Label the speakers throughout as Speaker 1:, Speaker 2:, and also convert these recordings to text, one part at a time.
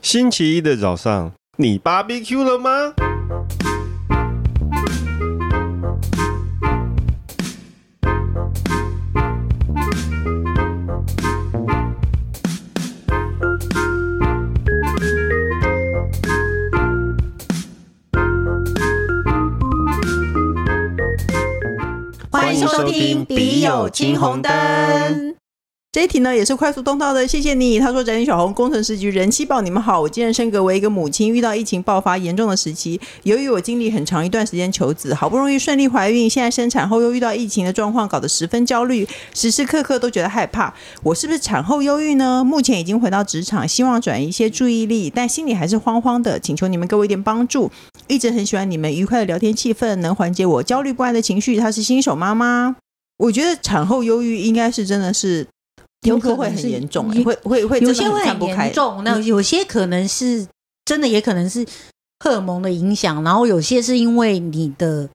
Speaker 1: 星期一的早上，你 BBQ 了吗？
Speaker 2: 欢迎收听《笔友青红灯》。
Speaker 3: 这一题呢也是快速通道的，谢谢你。他说：“宅女小红工程师局人气爆，你们好。我今年升格为一个母亲，遇到疫情爆发严重的时期，由于我经历很长一段时间求子，好不容易顺利怀孕，现在生产后又遇到疫情的状况，搞得十分焦虑，时时刻刻都觉得害怕。我是不是产后忧郁呢？目前已经回到职场，希望转移一些注意力，但心里还是慌慌的，请求你们给我一点帮助。一直很喜欢你们愉快的聊天气氛，能缓解我焦虑不安的情绪。她是新手妈妈，我觉得产后忧郁应该是真的是。”
Speaker 2: 有
Speaker 3: 听
Speaker 2: 可
Speaker 3: 说会
Speaker 2: 能
Speaker 3: 很
Speaker 2: 是
Speaker 3: 严重、欸，
Speaker 2: 有
Speaker 3: 会会会
Speaker 2: 有
Speaker 3: 真的
Speaker 2: 些
Speaker 3: 很
Speaker 2: 会
Speaker 3: 看
Speaker 2: 很
Speaker 3: 不开
Speaker 2: 严。重，那有些可能是真的，也可能是荷尔蒙的影响，然后有些是因为你的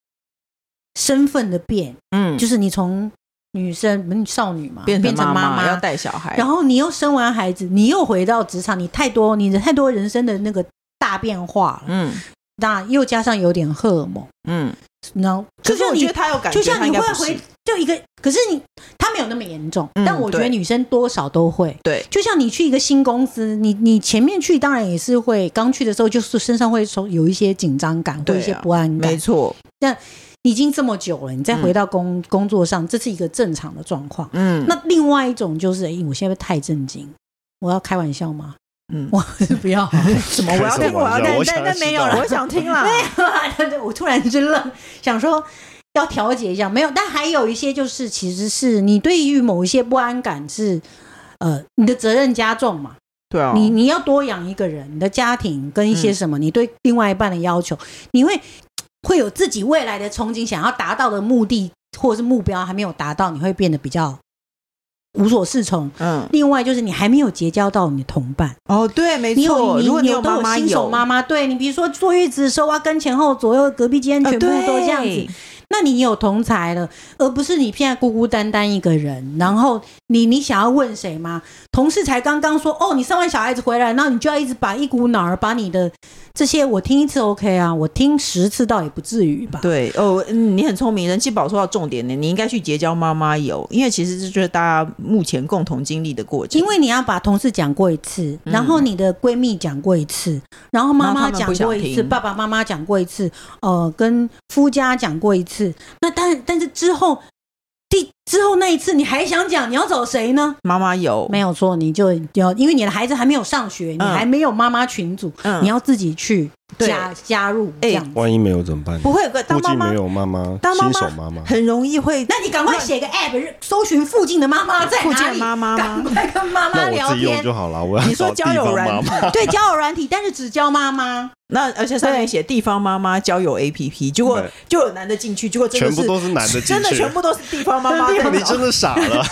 Speaker 2: 身份的变，
Speaker 3: 嗯，
Speaker 2: 就是你从女生嗯少女嘛
Speaker 3: 变
Speaker 2: 变
Speaker 3: 成
Speaker 2: 妈
Speaker 3: 妈要带小孩，
Speaker 2: 然后你又生完孩子，你又回到职场，你太多你的太多人生的那个大变化了，
Speaker 3: 嗯
Speaker 2: 那又加上有点荷尔蒙，
Speaker 3: 嗯，
Speaker 2: 然后
Speaker 3: 可是
Speaker 2: 就
Speaker 3: 我
Speaker 2: 你
Speaker 3: 觉得他有感觉，
Speaker 2: 就像
Speaker 3: 他
Speaker 2: 你
Speaker 3: 应该
Speaker 2: 会
Speaker 3: 不是
Speaker 2: 回就一个，可是你他没有那么严重，
Speaker 3: 嗯
Speaker 2: 但我觉得
Speaker 3: 对
Speaker 2: 女生多少都会。
Speaker 3: 对
Speaker 2: 就像你去一个新公司，你你前面去当然也是会，刚去的时候就是身上会从有一些紧张感或
Speaker 3: 对啊
Speaker 2: 一些不安感。
Speaker 3: 没错，
Speaker 2: 你已经这么久了，你再回到工、工作上，这是一个正常的状况。
Speaker 3: 嗯，
Speaker 2: 那另外一种就是，哎、我现在太震惊，我要开玩笑吗？
Speaker 3: 嗯
Speaker 2: 我不要，
Speaker 3: 什么我要听，
Speaker 1: 开什么
Speaker 3: 我要
Speaker 1: 玩笑
Speaker 3: 听，
Speaker 1: 我
Speaker 3: 但
Speaker 1: 想
Speaker 3: 但
Speaker 1: 知
Speaker 3: 没有
Speaker 1: 道
Speaker 3: 了，我想听啦。
Speaker 2: 啊 我突然就愣，想说要调节一下，没有。但还有一些就是，其实是你对于某一些不安感是，呃，你的责任加重嘛。
Speaker 3: 对啊，
Speaker 2: 你你要多养一个人，你的家庭跟一些什么，你对另外一半的要求，你会会有自己未来的憧憬，想要达到的目的或是目标还没有达到，你会变得比较无所适从。
Speaker 3: 嗯，
Speaker 2: 另外就是你还没有结交到你的同伴，
Speaker 3: 哦对，没
Speaker 2: 你
Speaker 3: 错，
Speaker 2: 你
Speaker 3: 如果你
Speaker 2: 有都
Speaker 3: 妈妈
Speaker 2: 新手
Speaker 3: 有
Speaker 2: 妈妈，对你比如说坐月子的时候啊，跟前后左右隔壁间
Speaker 3: 呃
Speaker 2: 全部都这样子，
Speaker 3: 对
Speaker 2: 那你有同才了，而不是你现在孤孤单单一个人。然后你你想要问谁吗？同事才刚刚说哦，你生完小孩子回来，那你就要一直把一股脑儿把你的这些，我听一次 OK 啊，我听十次倒也不至于吧。
Speaker 3: 对哦，嗯你很聪明，人气宝说到重点呢，你应该去结交妈妈有，因为其实这就是大家目前共同经历的过程
Speaker 2: 因。为你要把同事讲过一次，
Speaker 3: 嗯
Speaker 2: 然后你的闺蜜讲过一次，然后妈妈讲过一
Speaker 3: 然后他们不
Speaker 2: 次，
Speaker 3: 想听
Speaker 2: 爸爸妈妈讲过一次，呃，跟夫家讲过一次。那但但是之后第之后那一次，你还想讲，你要找谁呢？
Speaker 3: 妈妈有，
Speaker 2: 没有错，你就要因为你的孩子还没有上学，你
Speaker 3: 哦嗯
Speaker 2: 还没有妈妈群组，
Speaker 3: 嗯
Speaker 2: 你要自己去
Speaker 3: 对
Speaker 2: 加加入
Speaker 3: 哎
Speaker 2: 这样子。
Speaker 1: 万一没有怎么办？
Speaker 3: 不会有个当
Speaker 1: 估
Speaker 3: 妈
Speaker 1: 计
Speaker 3: 妈
Speaker 1: 没有妈妈，
Speaker 3: 当妈妈
Speaker 1: 新手妈妈，
Speaker 3: 很容易会
Speaker 2: 那你赶快写个 app，搜寻附近的妈妈在
Speaker 3: 附
Speaker 2: 哪
Speaker 3: 件
Speaker 2: 里，
Speaker 3: 妈妈
Speaker 2: 赶
Speaker 3: 吗？
Speaker 2: 快跟妈妈
Speaker 1: 那我
Speaker 2: 聊
Speaker 1: 自己用
Speaker 2: 天。
Speaker 1: 就好了。我要
Speaker 3: 你说
Speaker 1: 找地
Speaker 3: 交友
Speaker 1: 方
Speaker 3: 软
Speaker 1: 妈
Speaker 3: 体
Speaker 1: 妈，
Speaker 2: 对，交友软体，但是只教妈妈。
Speaker 3: 那而且 上面写地方妈妈交友 APP，结果
Speaker 1: 对
Speaker 3: 就有男的进去，结果真的
Speaker 1: 全
Speaker 3: 是
Speaker 1: 部都是男的进去，
Speaker 3: 真的全部都是地方妈妈在
Speaker 1: 你真
Speaker 3: 找。
Speaker 1: 的傻了。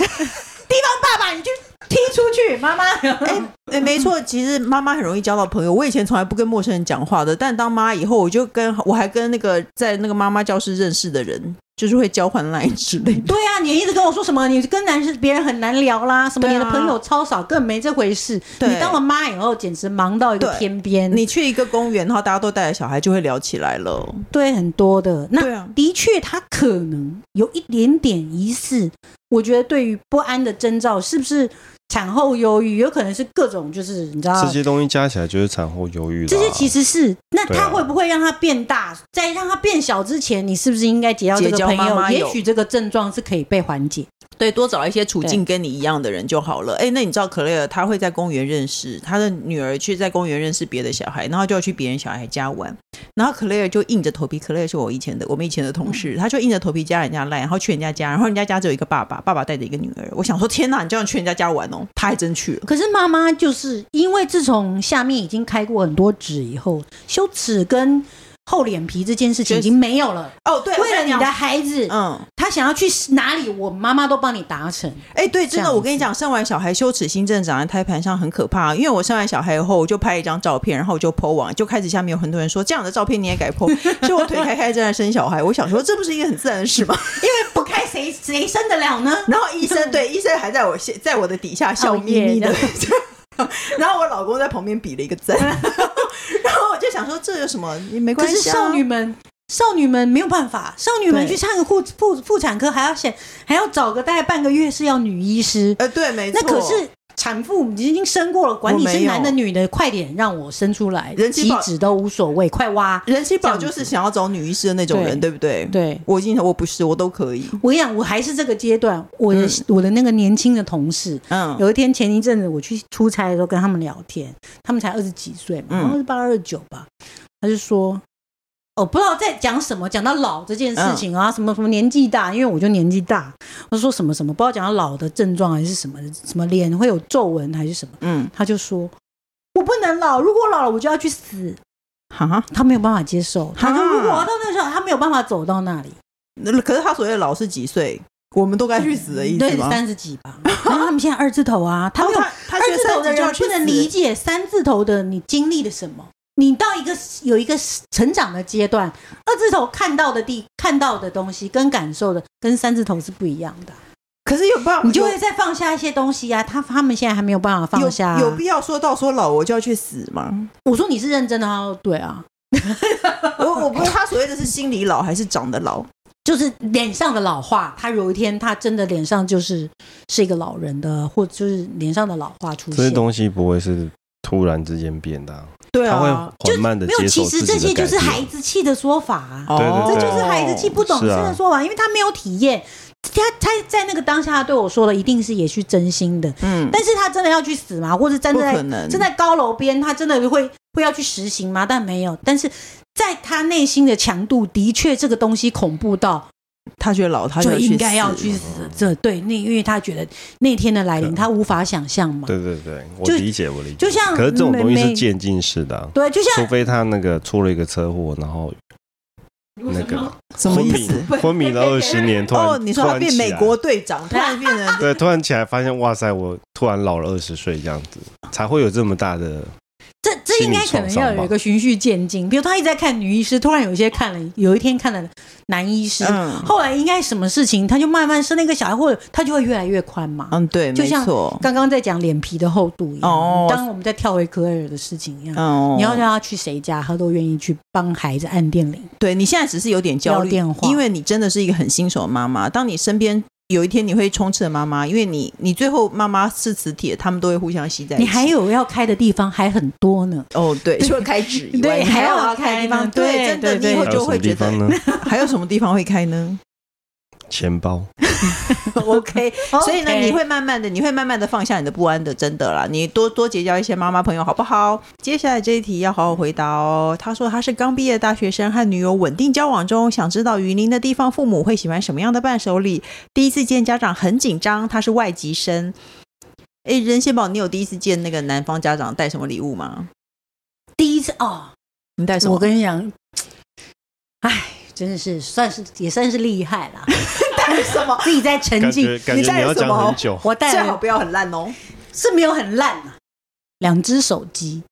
Speaker 2: 地方爸爸，你就踢出去，妈妈。
Speaker 3: 哎 哎，没错，其实妈妈很容易交到朋友。我以前从来不跟陌生人讲话的，但当妈以后，我就跟我还跟那个在那个妈妈教室认识的人，就是会交换 line 之类 的。
Speaker 2: 对啊，你一直跟我说什么，你跟男生别人很难聊啦，什么
Speaker 3: 对啊
Speaker 2: 你的朋友超少，根本没这回事。
Speaker 3: 对
Speaker 2: 你当了妈以后，简直忙到一个
Speaker 3: 对
Speaker 2: 天边。
Speaker 3: 你去一个公园，然后大家都带着小孩，就会聊起来了。
Speaker 2: 对很多的，那
Speaker 3: 对啊
Speaker 2: 的确他可能有一点点疑似。我觉得对于不安的征兆，是不是产后忧郁，有可能是各种就是你知道
Speaker 1: 这。些东西加起来就是产后忧郁啦。啊
Speaker 2: 啊这些其实是，那
Speaker 1: 对
Speaker 2: 他
Speaker 1: 啊
Speaker 2: 会不会让他变大？在让他变小之前，你是不是应该结交这
Speaker 3: 结
Speaker 2: 个
Speaker 3: 交
Speaker 2: 朋友？
Speaker 3: 妈妈
Speaker 2: 也
Speaker 3: 友
Speaker 2: 许这个症状是可以被缓解。
Speaker 3: 对，多找一些处境跟你一样的人就好了。哎，那你知道可乐他会在公园认识他的女儿，去在公园认识别的小孩，然后就要去别人小孩家玩。然后可乐就硬着头皮，可乐是我以前的我们以前的同
Speaker 2: 嗯
Speaker 3: 事，他就硬着头皮加人家赖，然后去人家家，然后人家家只有一个爸爸，爸爸带着一个女儿。我想说，天哪，你这样去人家家玩哦，他还真去了。
Speaker 2: 可是妈妈就是因为自从下面已经开过很多指以后，羞耻跟厚脸皮这件事情已经没有了。
Speaker 3: 哦，对，
Speaker 2: 为了你
Speaker 3: 我跟
Speaker 2: 的
Speaker 3: 讲，
Speaker 2: 孩子，
Speaker 3: 嗯，
Speaker 2: 他想要去哪里，我妈妈都帮你达成。
Speaker 3: 哎，对，真
Speaker 2: 这样
Speaker 3: 的，
Speaker 2: 子
Speaker 3: 我跟你讲，生完小孩羞耻心真的长在胎盘上很可怕。因为我生完小孩以后，我就拍一张照片，然后我就 po 网，就开始下面有很多人说这样的照片你也敢 po，所以我腿开开正在生小孩。我想说这不是一个很自然的事吗？
Speaker 2: 因为不开谁谁生得了呢？哦
Speaker 3: 然后医生对医生还在我下在我的底下笑眯眯的， 然后我老公在旁边比了一个赞， 然后我就想说这有什么？没
Speaker 2: 可
Speaker 3: 关
Speaker 2: 是
Speaker 3: 系、啊，
Speaker 2: 少女们，少女们没有办法，少女们去上个妇妇妇产科还要写，还要找个大概半个月是要女医师。
Speaker 3: 呃，对，没错。
Speaker 2: 那可是产妇已经生过了，管你
Speaker 3: 我没
Speaker 2: 是
Speaker 3: 有
Speaker 2: 男的女的，快点让我生出来，
Speaker 3: 人气
Speaker 2: 体
Speaker 3: 宝
Speaker 2: 脂都无所谓，快挖。
Speaker 3: 人气宝
Speaker 2: 这
Speaker 3: 就
Speaker 2: 样子
Speaker 3: 是想要找女医师的那种人，对不对？，
Speaker 2: 对
Speaker 3: 我经常我不是，我都可以。
Speaker 2: 我跟你讲，我还是这个阶段，我的、
Speaker 3: 嗯
Speaker 2: 我的那个年轻的同事，
Speaker 3: 嗯，
Speaker 2: 有一天前一阵子我去出差的时候跟他们聊天，他们才二十几岁嘛，
Speaker 3: 嗯
Speaker 2: 二十八、二十九吧，他就说。哦，不知道在讲什么，讲到老这
Speaker 3: 嗯
Speaker 2: 件事情啊，什么什么年纪大，因为我就年纪大，我说什么什么，不知道讲到老的症状还是什么，什么脸会有皱纹还是什么，
Speaker 3: 嗯，
Speaker 2: 他就说，我不能老，如果我老了我就要去死，
Speaker 3: 哈，
Speaker 2: 他没有办法接受，他说
Speaker 3: 啊
Speaker 2: 如果我要到那时候，他没有办法走到那里，
Speaker 3: 那可是他所谓的老是几岁？我们都 该去死的意思
Speaker 2: 嗯对，
Speaker 3: 吗？
Speaker 2: 三十几吧，然后他们现在二字头啊，他
Speaker 3: 然
Speaker 2: 们
Speaker 3: 后
Speaker 2: 有
Speaker 3: 他他觉
Speaker 2: 二
Speaker 3: 得
Speaker 2: 字头的
Speaker 3: 三级就要
Speaker 2: 人
Speaker 3: 去
Speaker 2: 不能
Speaker 3: 死
Speaker 2: 理解三字头的你经历了什么。你到一个有一个成长的阶段，二字头看到的地看到的东西跟感受的跟三字头是不一样的，
Speaker 3: 可哦是有办法，
Speaker 2: 你就会再放下一些东西啊。他他们现在还没有办法放
Speaker 3: 有
Speaker 2: 下、
Speaker 3: 有有必要说到说老我就要去死吗？
Speaker 2: 我说你是认真的哦，对啊，
Speaker 3: 我我不是他所谓的是心理老还是长得老？
Speaker 2: 就是脸上的老化，他有一天他真的脸上就是是一个老人的，或就是脸上的老化出
Speaker 1: 这些
Speaker 2: 现。
Speaker 1: 东西不会是突然之间变的啊，
Speaker 3: 对
Speaker 1: 它会
Speaker 3: 啊，
Speaker 1: 缓慢的
Speaker 2: 没有，
Speaker 1: 接受
Speaker 2: 其
Speaker 1: 自
Speaker 2: 实这
Speaker 1: 己
Speaker 2: 些
Speaker 1: 的
Speaker 2: 就是
Speaker 1: 改
Speaker 2: 孩
Speaker 1: 变。
Speaker 2: 子气的说法啊、
Speaker 1: 对对
Speaker 2: 这
Speaker 1: 对
Speaker 2: 就是孩子气不懂事
Speaker 1: 是啊
Speaker 2: 的说法，因为他没有体验。他他在那个当下他对我说的一定是也是真心的，
Speaker 3: 嗯，
Speaker 2: 但是他真的要去死吗？或者站
Speaker 3: 不
Speaker 2: 在
Speaker 3: 可能，
Speaker 2: 站在高楼边，他真的会会要去实行吗？但没有，但是在他内心的强度，的确这个东西恐怖到
Speaker 3: 他觉得老，他就
Speaker 2: 就
Speaker 3: 要去
Speaker 2: 应该要
Speaker 3: 死
Speaker 2: 去死。这对那因为他觉得那天的来临，
Speaker 1: 对
Speaker 2: 他无法想象嘛。
Speaker 1: 对对对，我
Speaker 2: 就
Speaker 1: 理解我理解。
Speaker 2: 就像
Speaker 1: 可是这种东西
Speaker 2: 妹妹
Speaker 1: 是渐进式的啊，
Speaker 2: 对，就
Speaker 1: 除
Speaker 2: 像
Speaker 1: 非他那个出了一个车祸，然后那个
Speaker 3: 什么
Speaker 1: 昏
Speaker 3: 意
Speaker 1: 迷
Speaker 3: 思？
Speaker 1: 昏迷了二十年，突然
Speaker 3: 哦，你说他变美国，队长，突然变
Speaker 1: 突然起来
Speaker 3: 成
Speaker 1: 对，突然起来发现，哇塞，我突然老了二十岁这样子，才会有这么大的
Speaker 2: 这这应该可能要有一个循序渐进，比如他一直在看女医师，突然有一些看了，有一天看了男医师，
Speaker 3: 嗯
Speaker 2: 后来应该什么事情，他就慢慢生了一个小孩，或者他就会越来越宽嘛。
Speaker 3: 嗯，对，
Speaker 2: 就
Speaker 3: 没
Speaker 2: 像
Speaker 3: 错，
Speaker 2: 刚刚在讲脸皮的厚度一样，
Speaker 3: 哦
Speaker 2: 当我们在跳回科尔的事情一样，
Speaker 3: 哦
Speaker 2: 你要让他去谁家，他都愿意去帮孩子按电铃。
Speaker 3: 对你现在只是有点焦
Speaker 2: 要
Speaker 3: 虑
Speaker 2: 电，话
Speaker 3: 因为你真的是一个很新手的妈妈。当你身边有一天你会充斥的妈妈，因为你你最后妈妈是磁铁，他们都会互相吸在一起。
Speaker 2: 你还有要开的地方还很多呢，
Speaker 3: 哦，对，除了开指以外，你
Speaker 2: 对
Speaker 3: 还
Speaker 2: 还要
Speaker 3: 要开的地
Speaker 2: 开
Speaker 3: 方，
Speaker 2: 呢对
Speaker 3: 真的，
Speaker 2: 对对
Speaker 3: 你以
Speaker 1: 还
Speaker 3: 后
Speaker 1: 有什
Speaker 3: 就
Speaker 1: 么
Speaker 3: 会觉
Speaker 1: 地
Speaker 3: 得
Speaker 1: 方呢？
Speaker 3: 还有什么地方会开呢
Speaker 1: 钱包，
Speaker 3: 哦？OK，所以呢，
Speaker 2: OK
Speaker 3: 你会慢慢的，你会慢慢的放下你的不安的，真的啦。你多多结交一些妈妈朋友，好不好？接下来这一题要好好回答哦。他说他是刚毕业的大学生，和女友稳定交往中，想知道云林的地方父母会喜欢什么样的伴手礼。第一次见家长很紧张，他是外籍生。哎，任宪宝，你有第一次见那个南方家长带什么礼物吗？
Speaker 2: 第一次哦，
Speaker 3: 你带什
Speaker 2: 我
Speaker 3: 么？
Speaker 2: 跟你讲，哎，真的是算是也算是厉害啦，
Speaker 3: 带什 么？
Speaker 2: 自己在沉
Speaker 1: 感
Speaker 2: 浸
Speaker 1: 觉感觉
Speaker 3: 带了
Speaker 1: 你要
Speaker 3: 什么
Speaker 1: 讲很久。
Speaker 2: 哦我带
Speaker 3: 最
Speaker 2: 了
Speaker 3: 好不要很烂哦。
Speaker 2: 是没有很烂啊，两只手机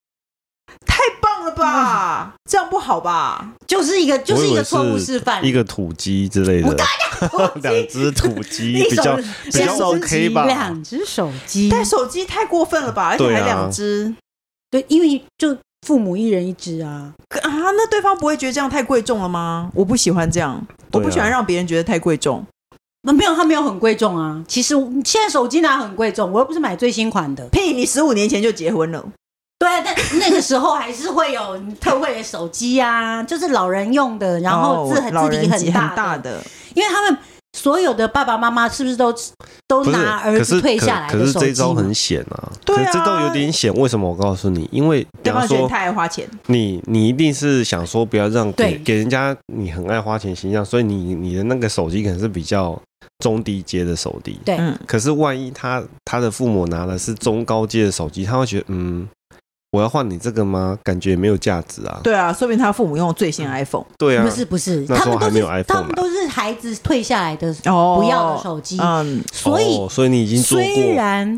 Speaker 3: 太棒了吧！这样不好吧？
Speaker 2: 就是一个 就
Speaker 1: 我
Speaker 2: 是
Speaker 1: 以
Speaker 2: 一
Speaker 1: 为
Speaker 2: 个错误示范，
Speaker 1: 一个土鸡之类的，
Speaker 2: 个
Speaker 1: 两只 土鸡
Speaker 2: 一
Speaker 1: 比
Speaker 2: 手
Speaker 1: 较比较
Speaker 2: 两只
Speaker 1: OK 吧？
Speaker 2: 两只手机，
Speaker 3: 带手机太过分了吧？而且
Speaker 1: 对啊
Speaker 3: 还两只
Speaker 2: 对，因为就父母一人一只啊，
Speaker 3: 可啊那对方不会觉得这样太贵重了吗？我不喜欢这样，我
Speaker 1: 对啊
Speaker 3: 不喜欢让别人觉得太贵重。
Speaker 2: 那没有它没有很贵重啊。其实现在手机哪很贵重，我又不是买最新款的。
Speaker 3: 屁！你十五年前就结婚了，
Speaker 2: 对啊，但那个时候还是会有特惠的手机啊，就是老人用的，然后字
Speaker 3: 哦
Speaker 2: 很
Speaker 3: 老
Speaker 2: 字体
Speaker 3: 人级
Speaker 2: 大
Speaker 3: 很大的，
Speaker 2: 因为他们所有的爸爸妈妈是不是都都
Speaker 1: 不是
Speaker 2: 拿，儿
Speaker 1: 可
Speaker 2: 子
Speaker 1: 是
Speaker 2: 退下来
Speaker 1: 可可
Speaker 2: 的
Speaker 1: 是
Speaker 2: 手
Speaker 1: 这一
Speaker 2: 机
Speaker 1: 招
Speaker 2: 嘛？
Speaker 1: 很险啊！
Speaker 3: 对
Speaker 1: 可
Speaker 3: 啊
Speaker 1: 是这招有点险，为什么？我告诉你，因为比
Speaker 3: 对
Speaker 1: 方
Speaker 3: 方觉得
Speaker 1: 说
Speaker 3: 太爱花钱。
Speaker 1: 你你一定是想说不要让
Speaker 2: 对
Speaker 1: 给给人家你很爱花钱形象，所以你你的那个手机可能是比较中低阶的手机。
Speaker 2: 对
Speaker 3: 嗯，
Speaker 1: 可是万一他他的父母拿的是中高阶的手机，他会觉得嗯，我要换你这个吗？感觉也没有价值啊。
Speaker 3: 对啊，说明他父母用最新 iPhone
Speaker 1: 对啊
Speaker 2: 不，是不是，
Speaker 1: 那时
Speaker 2: 他
Speaker 1: 候
Speaker 2: 们都
Speaker 1: 还没
Speaker 2: 是
Speaker 1: 有 iPhone 啊
Speaker 2: 他们
Speaker 1: 啦
Speaker 2: 都是孩子退下来的
Speaker 3: 哦
Speaker 2: 不要的手机，
Speaker 3: 嗯，
Speaker 2: 所以
Speaker 1: 哦、所以你已经做过，
Speaker 2: 虽然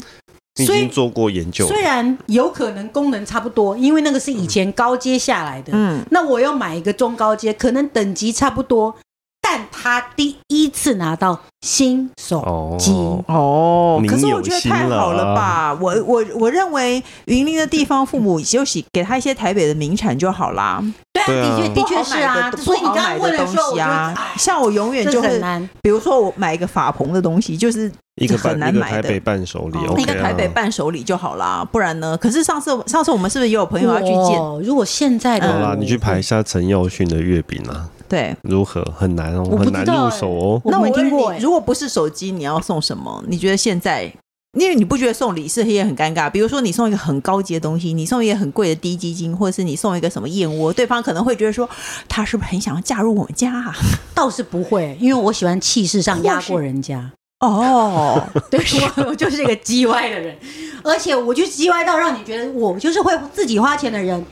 Speaker 1: 你已
Speaker 2: 虽
Speaker 1: 经做过研究了，
Speaker 2: 虽然有可能功能差不多，因为那个是以前高阶下来的，
Speaker 3: 嗯
Speaker 2: 那我要买一个中高阶，可能等级差不多，但他第一次拿到新手
Speaker 1: 哦，
Speaker 2: 机
Speaker 3: 哦
Speaker 1: 您
Speaker 3: 可是
Speaker 1: 有
Speaker 3: 我觉得
Speaker 1: 心
Speaker 3: 太好
Speaker 1: 了
Speaker 3: 了吧！我我我认为云林的地方父母就喜给他一些台北的名产就好啦。
Speaker 1: 对
Speaker 2: 对啊，
Speaker 1: 啊
Speaker 2: 的确的确是啊，
Speaker 3: 不好买的
Speaker 2: 所以你刚刚问
Speaker 3: 不好买的
Speaker 2: 的时候，
Speaker 3: 东
Speaker 2: 我
Speaker 3: 西
Speaker 2: 就
Speaker 3: 啊
Speaker 2: 哎，
Speaker 3: 像我永远
Speaker 2: 这
Speaker 3: 就
Speaker 2: 很
Speaker 3: 是，
Speaker 2: 难。
Speaker 3: 比如说我买一个法鹏的东西，就是
Speaker 1: 一个
Speaker 3: 很
Speaker 1: 半
Speaker 3: 难
Speaker 1: 一个
Speaker 3: 买
Speaker 1: 台
Speaker 3: 的
Speaker 1: 北伴手礼
Speaker 2: 哦
Speaker 1: ，OK
Speaker 3: 那个
Speaker 1: 啊
Speaker 3: 台北伴手礼就好啦，不然呢？可是上次上次我们是不是也有朋友要去见？
Speaker 2: 哦，如果现在的
Speaker 1: 好啦，
Speaker 2: 我
Speaker 1: 你去排一下陈耀迅的月饼啊，
Speaker 3: 对，
Speaker 1: 如何？很难哦，
Speaker 2: 我不
Speaker 1: 很
Speaker 2: 知
Speaker 1: 难
Speaker 2: 道
Speaker 1: 入
Speaker 2: 欸
Speaker 1: 手哦。
Speaker 2: 我
Speaker 3: 那
Speaker 2: 没
Speaker 3: 我
Speaker 2: 听
Speaker 3: 问
Speaker 2: 过
Speaker 3: 你，
Speaker 2: 哎
Speaker 3: 如果不是手机，你要送什么？你觉得现在？因为你不觉得送礼是也很尴尬？比如说你送一个很高级的东西，你送一个很贵的低基金，或者是你送一个什么燕窝，对方可能会觉得说他是不是很想要嫁入我们家啊？
Speaker 2: 倒是不会，因为我喜欢气势上压过人家。
Speaker 3: 哦，
Speaker 2: 对我，我就是一个叽歪的人，而且我就叽歪到让你觉得我就是会自己花钱的人。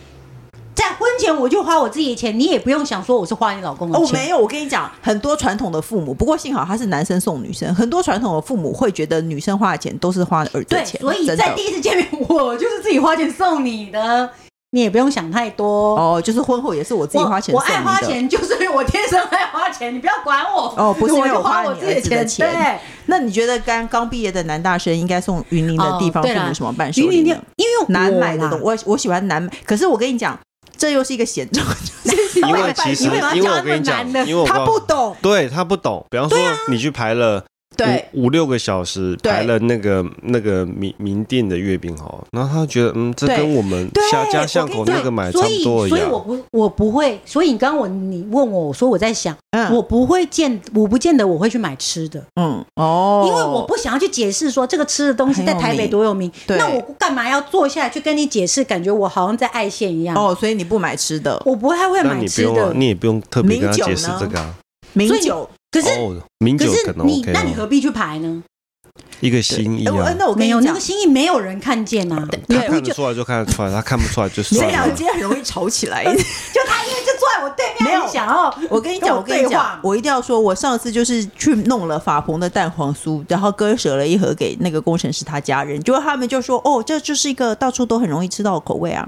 Speaker 2: 在婚前我就花我自己的钱，你也不用想说我是花你老公 的
Speaker 3: 哦，
Speaker 2: 钱。
Speaker 3: 没有，我跟你讲，很多传统的父母，不过幸好他是男生送女生，很多传统的父母会觉得女生花的钱都是花儿子
Speaker 2: 对，
Speaker 3: 的钱，
Speaker 2: 所以
Speaker 3: 真
Speaker 2: 在
Speaker 3: 的
Speaker 2: 第一次见面，我就是自己花钱送你的，你也不用想太多。
Speaker 3: 哦，就是婚后也是我自己花钱
Speaker 2: 我，
Speaker 3: 送
Speaker 2: 我爱
Speaker 3: 你的
Speaker 2: 花钱，就是因为我天生爱花钱，你不要管我。
Speaker 3: 哦不是因
Speaker 2: 我
Speaker 3: 为
Speaker 2: 就
Speaker 3: 我花
Speaker 2: 花
Speaker 3: 你
Speaker 2: 我自己
Speaker 3: 儿子的钱
Speaker 2: 对，
Speaker 3: 那你觉得刚刚毕业的男大生应该送云林的地方父
Speaker 2: 哦对啦
Speaker 3: 母什么伴手
Speaker 2: 因为
Speaker 3: 礼
Speaker 2: 你
Speaker 3: 呢？
Speaker 2: 因为我
Speaker 3: 难买的
Speaker 2: 哦啦
Speaker 3: 东，我我喜欢难买。可是我跟你讲，这又是一个险中， 就是
Speaker 1: 因为其实
Speaker 2: 因为我要
Speaker 1: 因为
Speaker 2: 教
Speaker 1: 我
Speaker 2: 他
Speaker 1: 跟你
Speaker 2: 们
Speaker 1: 讲
Speaker 2: 男的，
Speaker 1: 因为我
Speaker 3: 他
Speaker 1: 告
Speaker 3: 不
Speaker 2: 哎
Speaker 3: 懂。
Speaker 1: 对他不懂，比方说
Speaker 2: 啊
Speaker 1: 你去排了
Speaker 3: 对
Speaker 1: 五五六个小时，
Speaker 3: 对
Speaker 1: 排了那个那个名名店的月饼哦，然后他觉得嗯，这
Speaker 3: 对
Speaker 1: 跟我们
Speaker 3: 对
Speaker 1: 下家巷
Speaker 3: 我
Speaker 1: 口
Speaker 3: 跟
Speaker 1: 那
Speaker 3: 你讲
Speaker 1: 个买差
Speaker 2: 所
Speaker 1: 不
Speaker 2: 以
Speaker 1: 多一
Speaker 2: 所以
Speaker 1: 样
Speaker 2: 我。不我不会，所以你刚刚我你问我，我说我在想，
Speaker 3: 嗯
Speaker 2: 我不会见，我不见得我会去买吃的，
Speaker 3: 嗯哦，
Speaker 2: 因为我不想要去解释说这个吃的东西
Speaker 3: 很有
Speaker 2: 在台北
Speaker 3: 名
Speaker 2: 多有名，
Speaker 3: 对
Speaker 2: 那我干嘛要坐下来去跟你解释？感觉我好像在爱线一样。
Speaker 3: 哦，所以你不买吃的，
Speaker 2: 我不太会
Speaker 1: 那
Speaker 2: 买
Speaker 1: 你不
Speaker 2: 吃
Speaker 1: 用啊
Speaker 2: 的，，
Speaker 1: 你也不用特别跟他
Speaker 3: 名酒
Speaker 1: 解释
Speaker 3: 呢
Speaker 1: 这个啊。
Speaker 3: 名
Speaker 2: 所以你
Speaker 3: 酒。
Speaker 2: 可是
Speaker 1: 哦，名
Speaker 2: 可
Speaker 1: 酒
Speaker 2: 是
Speaker 1: 能
Speaker 2: 你
Speaker 1: OK，
Speaker 2: 那
Speaker 1: 啊
Speaker 2: 你呃何必去排呢？
Speaker 1: 一个心意
Speaker 3: 哎，我
Speaker 1: 啊
Speaker 3: 哎。那我跟
Speaker 2: 没有
Speaker 3: 你
Speaker 2: 那
Speaker 3: 讲
Speaker 2: 个，心意，没有人看见啊 呐、
Speaker 1: 他
Speaker 3: 对
Speaker 1: 看得出来就看得出来，他看不出来就
Speaker 3: 你
Speaker 1: 算
Speaker 3: 们
Speaker 2: 啊
Speaker 3: 俩
Speaker 1: 了。
Speaker 3: 今天很容易吵起来。
Speaker 2: 就他因为就坐在我对面，
Speaker 3: 没有
Speaker 2: 很想要
Speaker 3: 我跟你哦讲，我
Speaker 2: 我
Speaker 3: 跟你
Speaker 2: 对
Speaker 3: 讲
Speaker 2: 话，
Speaker 3: 我一定要说，我上次就是去弄了法鹏的蛋黄酥，然后割舍了一盒给那个工程师他家人，结果他们就说：“哦，这就是一个到处都很容易吃到的口味啊。”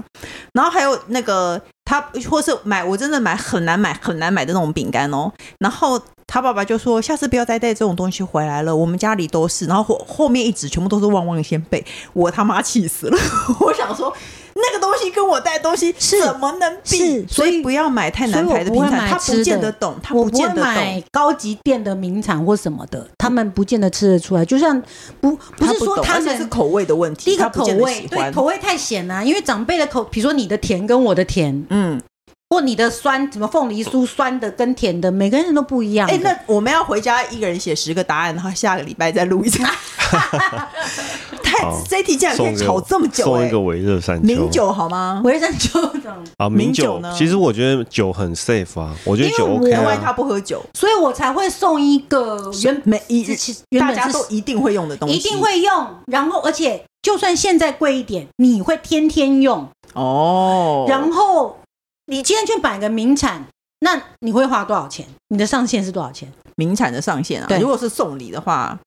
Speaker 3: 然后还有那个他或是买，我真的买很难买很难买的那种饼干哦。然后他爸爸就说：“下次不要再带这种东西回来了，我们家里都是。”然后后后面一直全部都是旺旺仙贝，我他妈气死了！ 我想说。那个东西跟我带的东西
Speaker 2: 是
Speaker 3: 怎么能比？
Speaker 2: 是所以
Speaker 3: 不要买太难排的
Speaker 2: 所以
Speaker 3: 平
Speaker 2: 我不会
Speaker 3: 台，
Speaker 2: 买
Speaker 3: 他
Speaker 2: 吃
Speaker 3: 不
Speaker 2: 的
Speaker 3: 见得懂，他
Speaker 2: 我
Speaker 3: 不
Speaker 2: 不会
Speaker 3: 见得
Speaker 2: 买
Speaker 3: 懂。
Speaker 2: 高级店的名产或什么的，他们不见得吃得出来。就像不不
Speaker 3: 他
Speaker 2: 是说
Speaker 3: 懂
Speaker 2: 他
Speaker 3: 而且
Speaker 2: 们
Speaker 3: 是口味的问题，
Speaker 2: 第一个
Speaker 3: 他不
Speaker 2: 口
Speaker 3: 见得
Speaker 2: 味
Speaker 3: 喜
Speaker 2: 对
Speaker 3: 欢。
Speaker 2: 口味太咸啊啦、因为长辈的口，比如说你的甜跟我的甜，
Speaker 3: 嗯，
Speaker 2: 或你的酸，什么凤梨酥酸的跟甜的，每个人都不一样的。
Speaker 3: 哎，那我们要回家一个人写十个答案，然后下个礼拜再录 一下。太
Speaker 1: 好
Speaker 3: 这一题竟然可
Speaker 1: 送
Speaker 3: 以
Speaker 1: 给
Speaker 3: 吵
Speaker 1: 我
Speaker 3: 这
Speaker 2: 欸
Speaker 3: 么久
Speaker 1: 送
Speaker 3: 哎
Speaker 1: 一！个微热山丘。
Speaker 3: 名酒好吗？
Speaker 2: 我也在就这样
Speaker 1: 啊，
Speaker 3: 名
Speaker 1: 名
Speaker 3: 酒
Speaker 1: 酒
Speaker 3: 呢
Speaker 1: 其实我觉得酒很 safe 啊，我觉得
Speaker 2: 因为
Speaker 1: 酒
Speaker 2: 我
Speaker 1: OK
Speaker 3: 因为他
Speaker 1: 啊。
Speaker 3: 不喝酒，
Speaker 2: 所以我才会送一个原
Speaker 3: 每一
Speaker 2: 是啊其实原
Speaker 3: 大
Speaker 2: 本
Speaker 3: 家
Speaker 2: 是
Speaker 3: 都一定会用的东西，
Speaker 2: 一定会用，然后而且就算现在贵一点，你会天天用，
Speaker 3: 哦。
Speaker 2: 然后你今天去买个名产，那你会花多少钱？你的上限是多少钱？
Speaker 3: 名产的上限啊，
Speaker 2: 对
Speaker 3: 如果是送礼的话，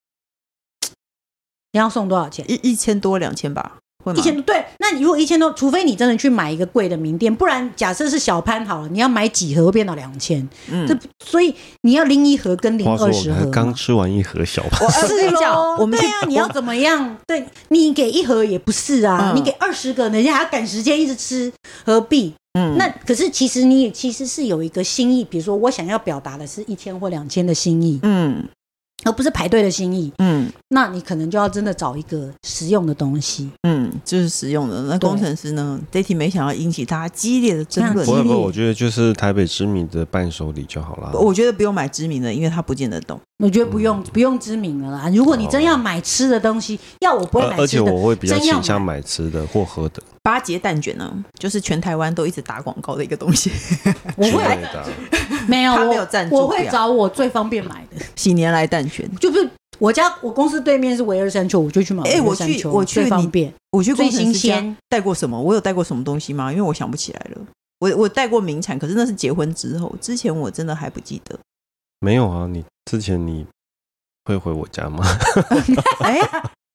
Speaker 2: 你要送多少钱？
Speaker 3: 一一千多两千吧，会吗
Speaker 2: 一？千多对，那你如果一千多，除非你真的去买一个贵的名店，不然假设是小潘好了，你要买几盒变到两千，
Speaker 3: 嗯
Speaker 2: 这所以你要拎一盒跟拎
Speaker 1: 话说
Speaker 2: 二
Speaker 1: 我
Speaker 2: 十
Speaker 1: 们
Speaker 2: 盒
Speaker 1: 还
Speaker 2: 嘛。
Speaker 1: 刚吃完一盒小吧，
Speaker 3: 我哎我跟
Speaker 2: 是
Speaker 3: 你
Speaker 2: 咯
Speaker 3: 讲，，我们去
Speaker 2: 对啊，你要怎么样？对你给一盒也不是啊，
Speaker 3: 嗯
Speaker 2: 你给二十个，人家还要赶时间一直吃，何必？
Speaker 3: 嗯
Speaker 2: 那可是其实你也其实是有一个心意，比如说我想要表达的是一千或两千的心意，
Speaker 3: 嗯
Speaker 2: 而不是排队的心意。
Speaker 3: 嗯
Speaker 2: 那你可能就要真的找一个实用的东西。
Speaker 3: 嗯，就是实用的。那
Speaker 2: 对
Speaker 3: 工程师呢这题没想到引起大家激烈的争
Speaker 2: 非
Speaker 3: 论
Speaker 2: 常
Speaker 1: 不。
Speaker 2: 激
Speaker 1: 会
Speaker 2: 烈
Speaker 1: 不会，我觉得就是台北知名的伴手礼就好啦。
Speaker 3: 我觉得不用买知名的，因为他不见得懂。
Speaker 2: 我觉得不
Speaker 3: 嗯
Speaker 2: 用不用知名了啦。如果你真
Speaker 3: 哦
Speaker 2: 要买吃的东西，要我不会
Speaker 1: 呃而
Speaker 2: 买
Speaker 1: 而且
Speaker 2: 吃的，
Speaker 1: 我会比较
Speaker 2: 真要
Speaker 1: 倾向买吃的或喝的
Speaker 3: 八节蛋卷呢，就是全台湾都一直打广告的一个东 西。
Speaker 2: 我
Speaker 1: 之类
Speaker 2: 会
Speaker 1: 的啊。
Speaker 2: 没有
Speaker 3: 他没
Speaker 2: 我
Speaker 3: 有赞助
Speaker 2: 我会
Speaker 3: 表
Speaker 2: 找我最方便买的。
Speaker 3: 喜年来蛋卷，
Speaker 2: 就是我家我公司对面是维二山丘，我就去买
Speaker 3: 哎
Speaker 2: 维
Speaker 3: 我
Speaker 2: 二
Speaker 3: 去
Speaker 2: 山丘，
Speaker 3: 我去
Speaker 2: 最
Speaker 3: 你
Speaker 2: 方便。
Speaker 3: 我去工
Speaker 2: 最
Speaker 3: 程
Speaker 2: 新
Speaker 3: 师家
Speaker 2: 鲜
Speaker 3: 带过什么？我有带过什么东西吗？因为我想不起来了。我我带过名产，可是那是结婚之后，之前我真的还不记 得。
Speaker 1: 没有啊，你之前你会回我家吗？
Speaker 3: 哎，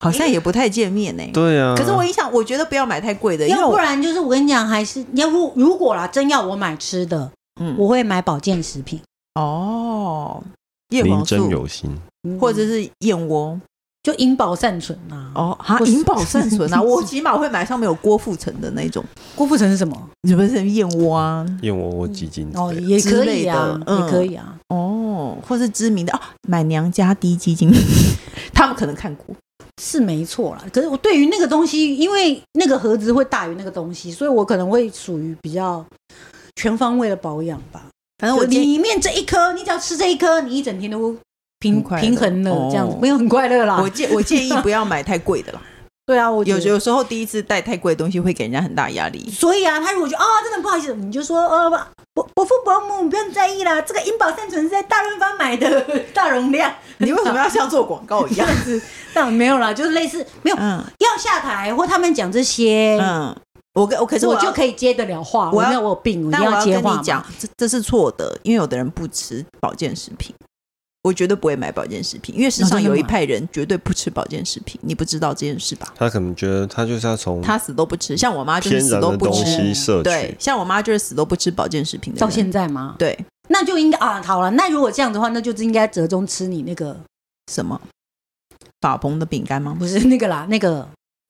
Speaker 3: 好像也不太见面呢、
Speaker 1: 对啊。
Speaker 3: 可是我印象，我觉得不要买太贵 的，因为
Speaker 2: 要不
Speaker 3: 我
Speaker 2: 然就是我跟你讲，还是要如如果啦，真要我买吃的，
Speaker 3: 嗯
Speaker 2: 我会买保健食品。
Speaker 3: 哦，叶
Speaker 1: 您
Speaker 3: 黄
Speaker 1: 真
Speaker 3: 素
Speaker 1: 有心，
Speaker 3: 或者是燕窝
Speaker 2: 就银保善存啊。
Speaker 3: 哦，哈，
Speaker 2: 或是
Speaker 3: 银保善存 啊，我起码会买上面有郭富城的那种，
Speaker 2: 郭富城是什么？
Speaker 3: 你不是燕窝啊？
Speaker 1: 燕窝或鸡精之
Speaker 2: 哦，
Speaker 1: 类的
Speaker 2: 也
Speaker 3: 之
Speaker 2: 可
Speaker 3: 类
Speaker 2: 以啊
Speaker 3: 的，嗯
Speaker 2: 也可以啊。
Speaker 3: 哦，或是知名的哦，买娘家低基金， 他们可能看过
Speaker 2: 是没错啦，可是我对于那个东西，因为那个盒子会大于那个东西，所以我可能会属于比较全方位的保养吧。
Speaker 3: 反正
Speaker 2: 我
Speaker 3: 我建议
Speaker 2: 里面这一颗，你只要吃这一颗，你一整天都平
Speaker 3: 很快乐
Speaker 2: 平衡了，这样子
Speaker 3: 哦
Speaker 2: 没有很快乐啦。
Speaker 3: 我 建我建议不要买太贵的 啦，
Speaker 2: 对啊，我觉
Speaker 3: 有
Speaker 2: 得
Speaker 3: 有时候第一次带太贵的东西会给人家很大压 力。
Speaker 2: 所以啊，他如果觉得啊、真的很不好意思，你就说呃，伯伯父伯母，你不用在意啦，这个银保善存是在大润发买的 大容量，
Speaker 3: 你为什么要像做广告一
Speaker 2: 这
Speaker 3: 样？
Speaker 2: 样子？但没有啦，就是类似没有
Speaker 3: 嗯
Speaker 2: 要下台或他们讲这些，
Speaker 3: 嗯，我跟我可
Speaker 2: 可
Speaker 3: 是
Speaker 2: 是我
Speaker 3: 要
Speaker 2: 就可以接得了话。
Speaker 3: 我
Speaker 2: 我
Speaker 3: 要
Speaker 2: 没有我有病，我一
Speaker 3: 但
Speaker 2: 定
Speaker 3: 我要
Speaker 2: 接
Speaker 3: 跟
Speaker 2: 话
Speaker 3: 你
Speaker 2: 嘛。
Speaker 3: 讲，这这是错的，因为有的人不吃保健食品，我绝对不会买保健食品，因为世
Speaker 2: 哦
Speaker 3: 上
Speaker 2: 真的
Speaker 3: 有一
Speaker 2: 吗
Speaker 3: 派人绝对不吃保健食品，你不知道这件事吧？
Speaker 1: 他可能觉得他就是要从
Speaker 3: 他死都不吃，像我妈就
Speaker 1: 天
Speaker 3: 是死
Speaker 1: 然
Speaker 3: 都
Speaker 1: 的
Speaker 3: 不
Speaker 1: 东
Speaker 3: 吃，
Speaker 1: 西摄
Speaker 3: 对
Speaker 1: 取，，
Speaker 3: 像我妈就是死都不吃保健食品的人，
Speaker 2: 到现在吗？
Speaker 3: 对
Speaker 2: 那就应该啊，好了，那如果这样的话，那就是应该折中吃你那个
Speaker 3: 什么法鹏的饼干吗？
Speaker 2: 不是那个啦，那个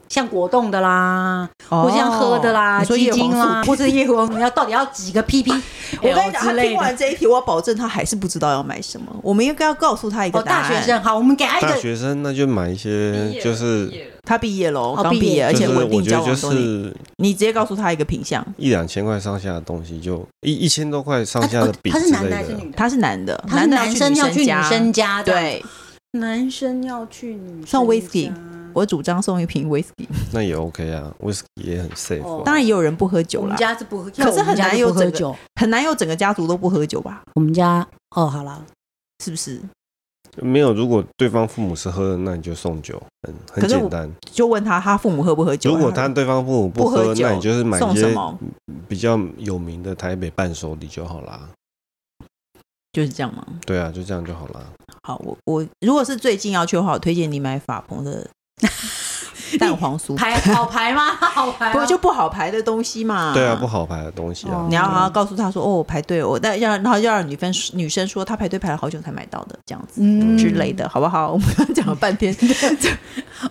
Speaker 2: 像果冻的啦，
Speaker 3: 哦
Speaker 2: 或像喝的啦，
Speaker 3: 你说
Speaker 2: 鸡
Speaker 3: 叶黄
Speaker 2: 精 啦，
Speaker 3: 素
Speaker 2: 或者叶黄素要到底要几 个 PP？
Speaker 3: 我跟你讲，
Speaker 2: 之
Speaker 3: 他
Speaker 2: 类
Speaker 3: 听
Speaker 2: 的哦
Speaker 3: 完这一题，我保证他还是不知道要买什么。我们应该要告诉他一个
Speaker 2: 哦，
Speaker 3: 答
Speaker 2: 大
Speaker 3: 案。
Speaker 2: 学，生好，我们给他一
Speaker 1: 大
Speaker 2: 个
Speaker 1: 学生那就买一些就是
Speaker 3: 他毕业喽，
Speaker 2: 哦
Speaker 3: 刚
Speaker 2: 毕
Speaker 3: 毕业，
Speaker 2: 业
Speaker 3: 而且
Speaker 1: 就是
Speaker 3: 稳
Speaker 1: 我
Speaker 3: 定
Speaker 1: 觉
Speaker 3: 交
Speaker 1: 得就
Speaker 3: 往多年。
Speaker 1: 是
Speaker 3: 你直接告诉他一个品相，
Speaker 1: 一两千块上下的东西就一一千多块上
Speaker 2: 他
Speaker 1: 下的
Speaker 2: 哦
Speaker 1: 饼
Speaker 2: 他
Speaker 1: 之
Speaker 2: 是男
Speaker 1: 类
Speaker 2: 的还是
Speaker 1: 的，
Speaker 2: 女的？
Speaker 3: 他是男的，
Speaker 2: 他是
Speaker 3: 的
Speaker 2: 男生要去女
Speaker 3: 家。
Speaker 2: 生家的，，
Speaker 3: 对，
Speaker 2: 男生要去女
Speaker 3: 送
Speaker 2: 生
Speaker 3: whisky
Speaker 2: 家
Speaker 3: 我主张送一瓶 whisky，
Speaker 1: 那也 OK 啊，whisky 也很 safe 啊。
Speaker 2: 哦
Speaker 3: 当然也有人不喝酒
Speaker 2: 我
Speaker 3: 啦
Speaker 2: 们，家是不喝，
Speaker 3: 可是很难有
Speaker 2: 我们家是不喝
Speaker 3: 整个
Speaker 2: 酒。
Speaker 3: 很难有整个家族都不喝酒吧？
Speaker 2: 我们家哦，好了，
Speaker 3: 是不是？
Speaker 1: 没有，如果对方父母是喝的，那你就送酒，很
Speaker 3: 可
Speaker 1: 很
Speaker 3: 是我
Speaker 1: 简单。
Speaker 3: 就问他他父母喝不喝酒？
Speaker 1: 如果他对方父母
Speaker 3: 不喝
Speaker 1: 喝，
Speaker 3: 酒
Speaker 1: 那你就是买
Speaker 3: 送
Speaker 1: 一
Speaker 3: 什
Speaker 1: 些
Speaker 3: 么？
Speaker 1: 比较有名的台北伴手礼就好啦。
Speaker 3: 就是这样吗？
Speaker 1: 对啊，就这样就好啦。
Speaker 3: 好，我我如果是最近要求的话，我推荐你买法鹏 的蛋黄酥，
Speaker 2: 牌好牌吗？好牌吗，啊
Speaker 3: 不过就不好排的东西嘛。
Speaker 1: 对啊，不好排的东西啊
Speaker 2: 哦
Speaker 3: 你，要好好告诉他说，哦，我排队，我但要然后要让女生女生说她排队排了好久才买到的这样子。
Speaker 2: 嗯
Speaker 3: 之类的，好不好？我们刚刚讲了半 天，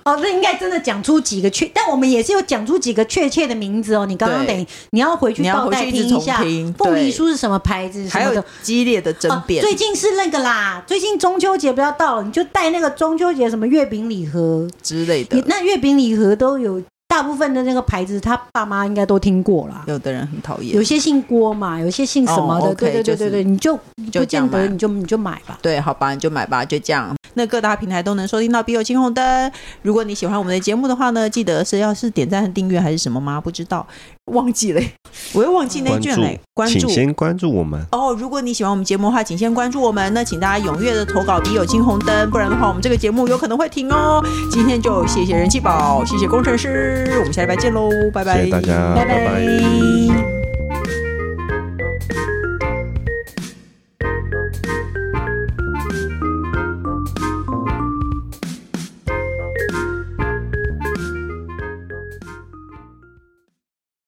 Speaker 2: 哦，那应该真的讲出几个确，但我们也是有讲出几个确切的名字哦。你刚刚
Speaker 3: 对
Speaker 2: 等于你要回去
Speaker 3: 你要
Speaker 2: 倒
Speaker 3: 回
Speaker 2: 带
Speaker 3: 去一直
Speaker 2: 听一
Speaker 3: 重
Speaker 2: 下，
Speaker 3: 听，
Speaker 2: 凤
Speaker 3: 对
Speaker 2: 梨酥是什么牌子什
Speaker 3: 还
Speaker 2: 么
Speaker 3: 有
Speaker 2: 的。
Speaker 3: 激烈的争
Speaker 2: 哦
Speaker 3: 辩。
Speaker 2: 最近是那个啦，最近中秋节不要到了，你就带那个中秋节什么月饼礼盒，
Speaker 3: 之类
Speaker 2: 你
Speaker 3: 的。
Speaker 2: 那月饼礼盒都有大部分的那个牌子，他爸妈应该都听过啦。
Speaker 3: 有的人很讨厌
Speaker 2: 有，些姓郭嘛，有些姓什么
Speaker 3: 哦
Speaker 2: 的，
Speaker 3: ，OK，
Speaker 2: 对对对对对，你就你
Speaker 3: 就
Speaker 2: 不
Speaker 3: 这样
Speaker 2: 见
Speaker 3: 买
Speaker 2: 得你就你就买吧。
Speaker 3: 对，好吧，你就买吧，就这样。那各大平台都能收听到《笔友青红灯》。如果你喜欢我们的节目的话呢，记得是要是点赞、订阅还是什么吗？不知道，忘记了， 我又忘记那一
Speaker 1: 关
Speaker 3: 句
Speaker 1: 注
Speaker 3: 了。关注
Speaker 1: 请先关注我们，
Speaker 3: 哦，如果你喜欢我们节目的话，请先关注我们。那请大家踊跃的投稿《笔友青红灯》，不然的话，我们这个节目有可能会停哦。今天就谢谢人气宝，谢谢工程师，我们下礼拜见喽，拜拜，
Speaker 1: 谢谢大家，
Speaker 2: 拜拜
Speaker 1: 拜拜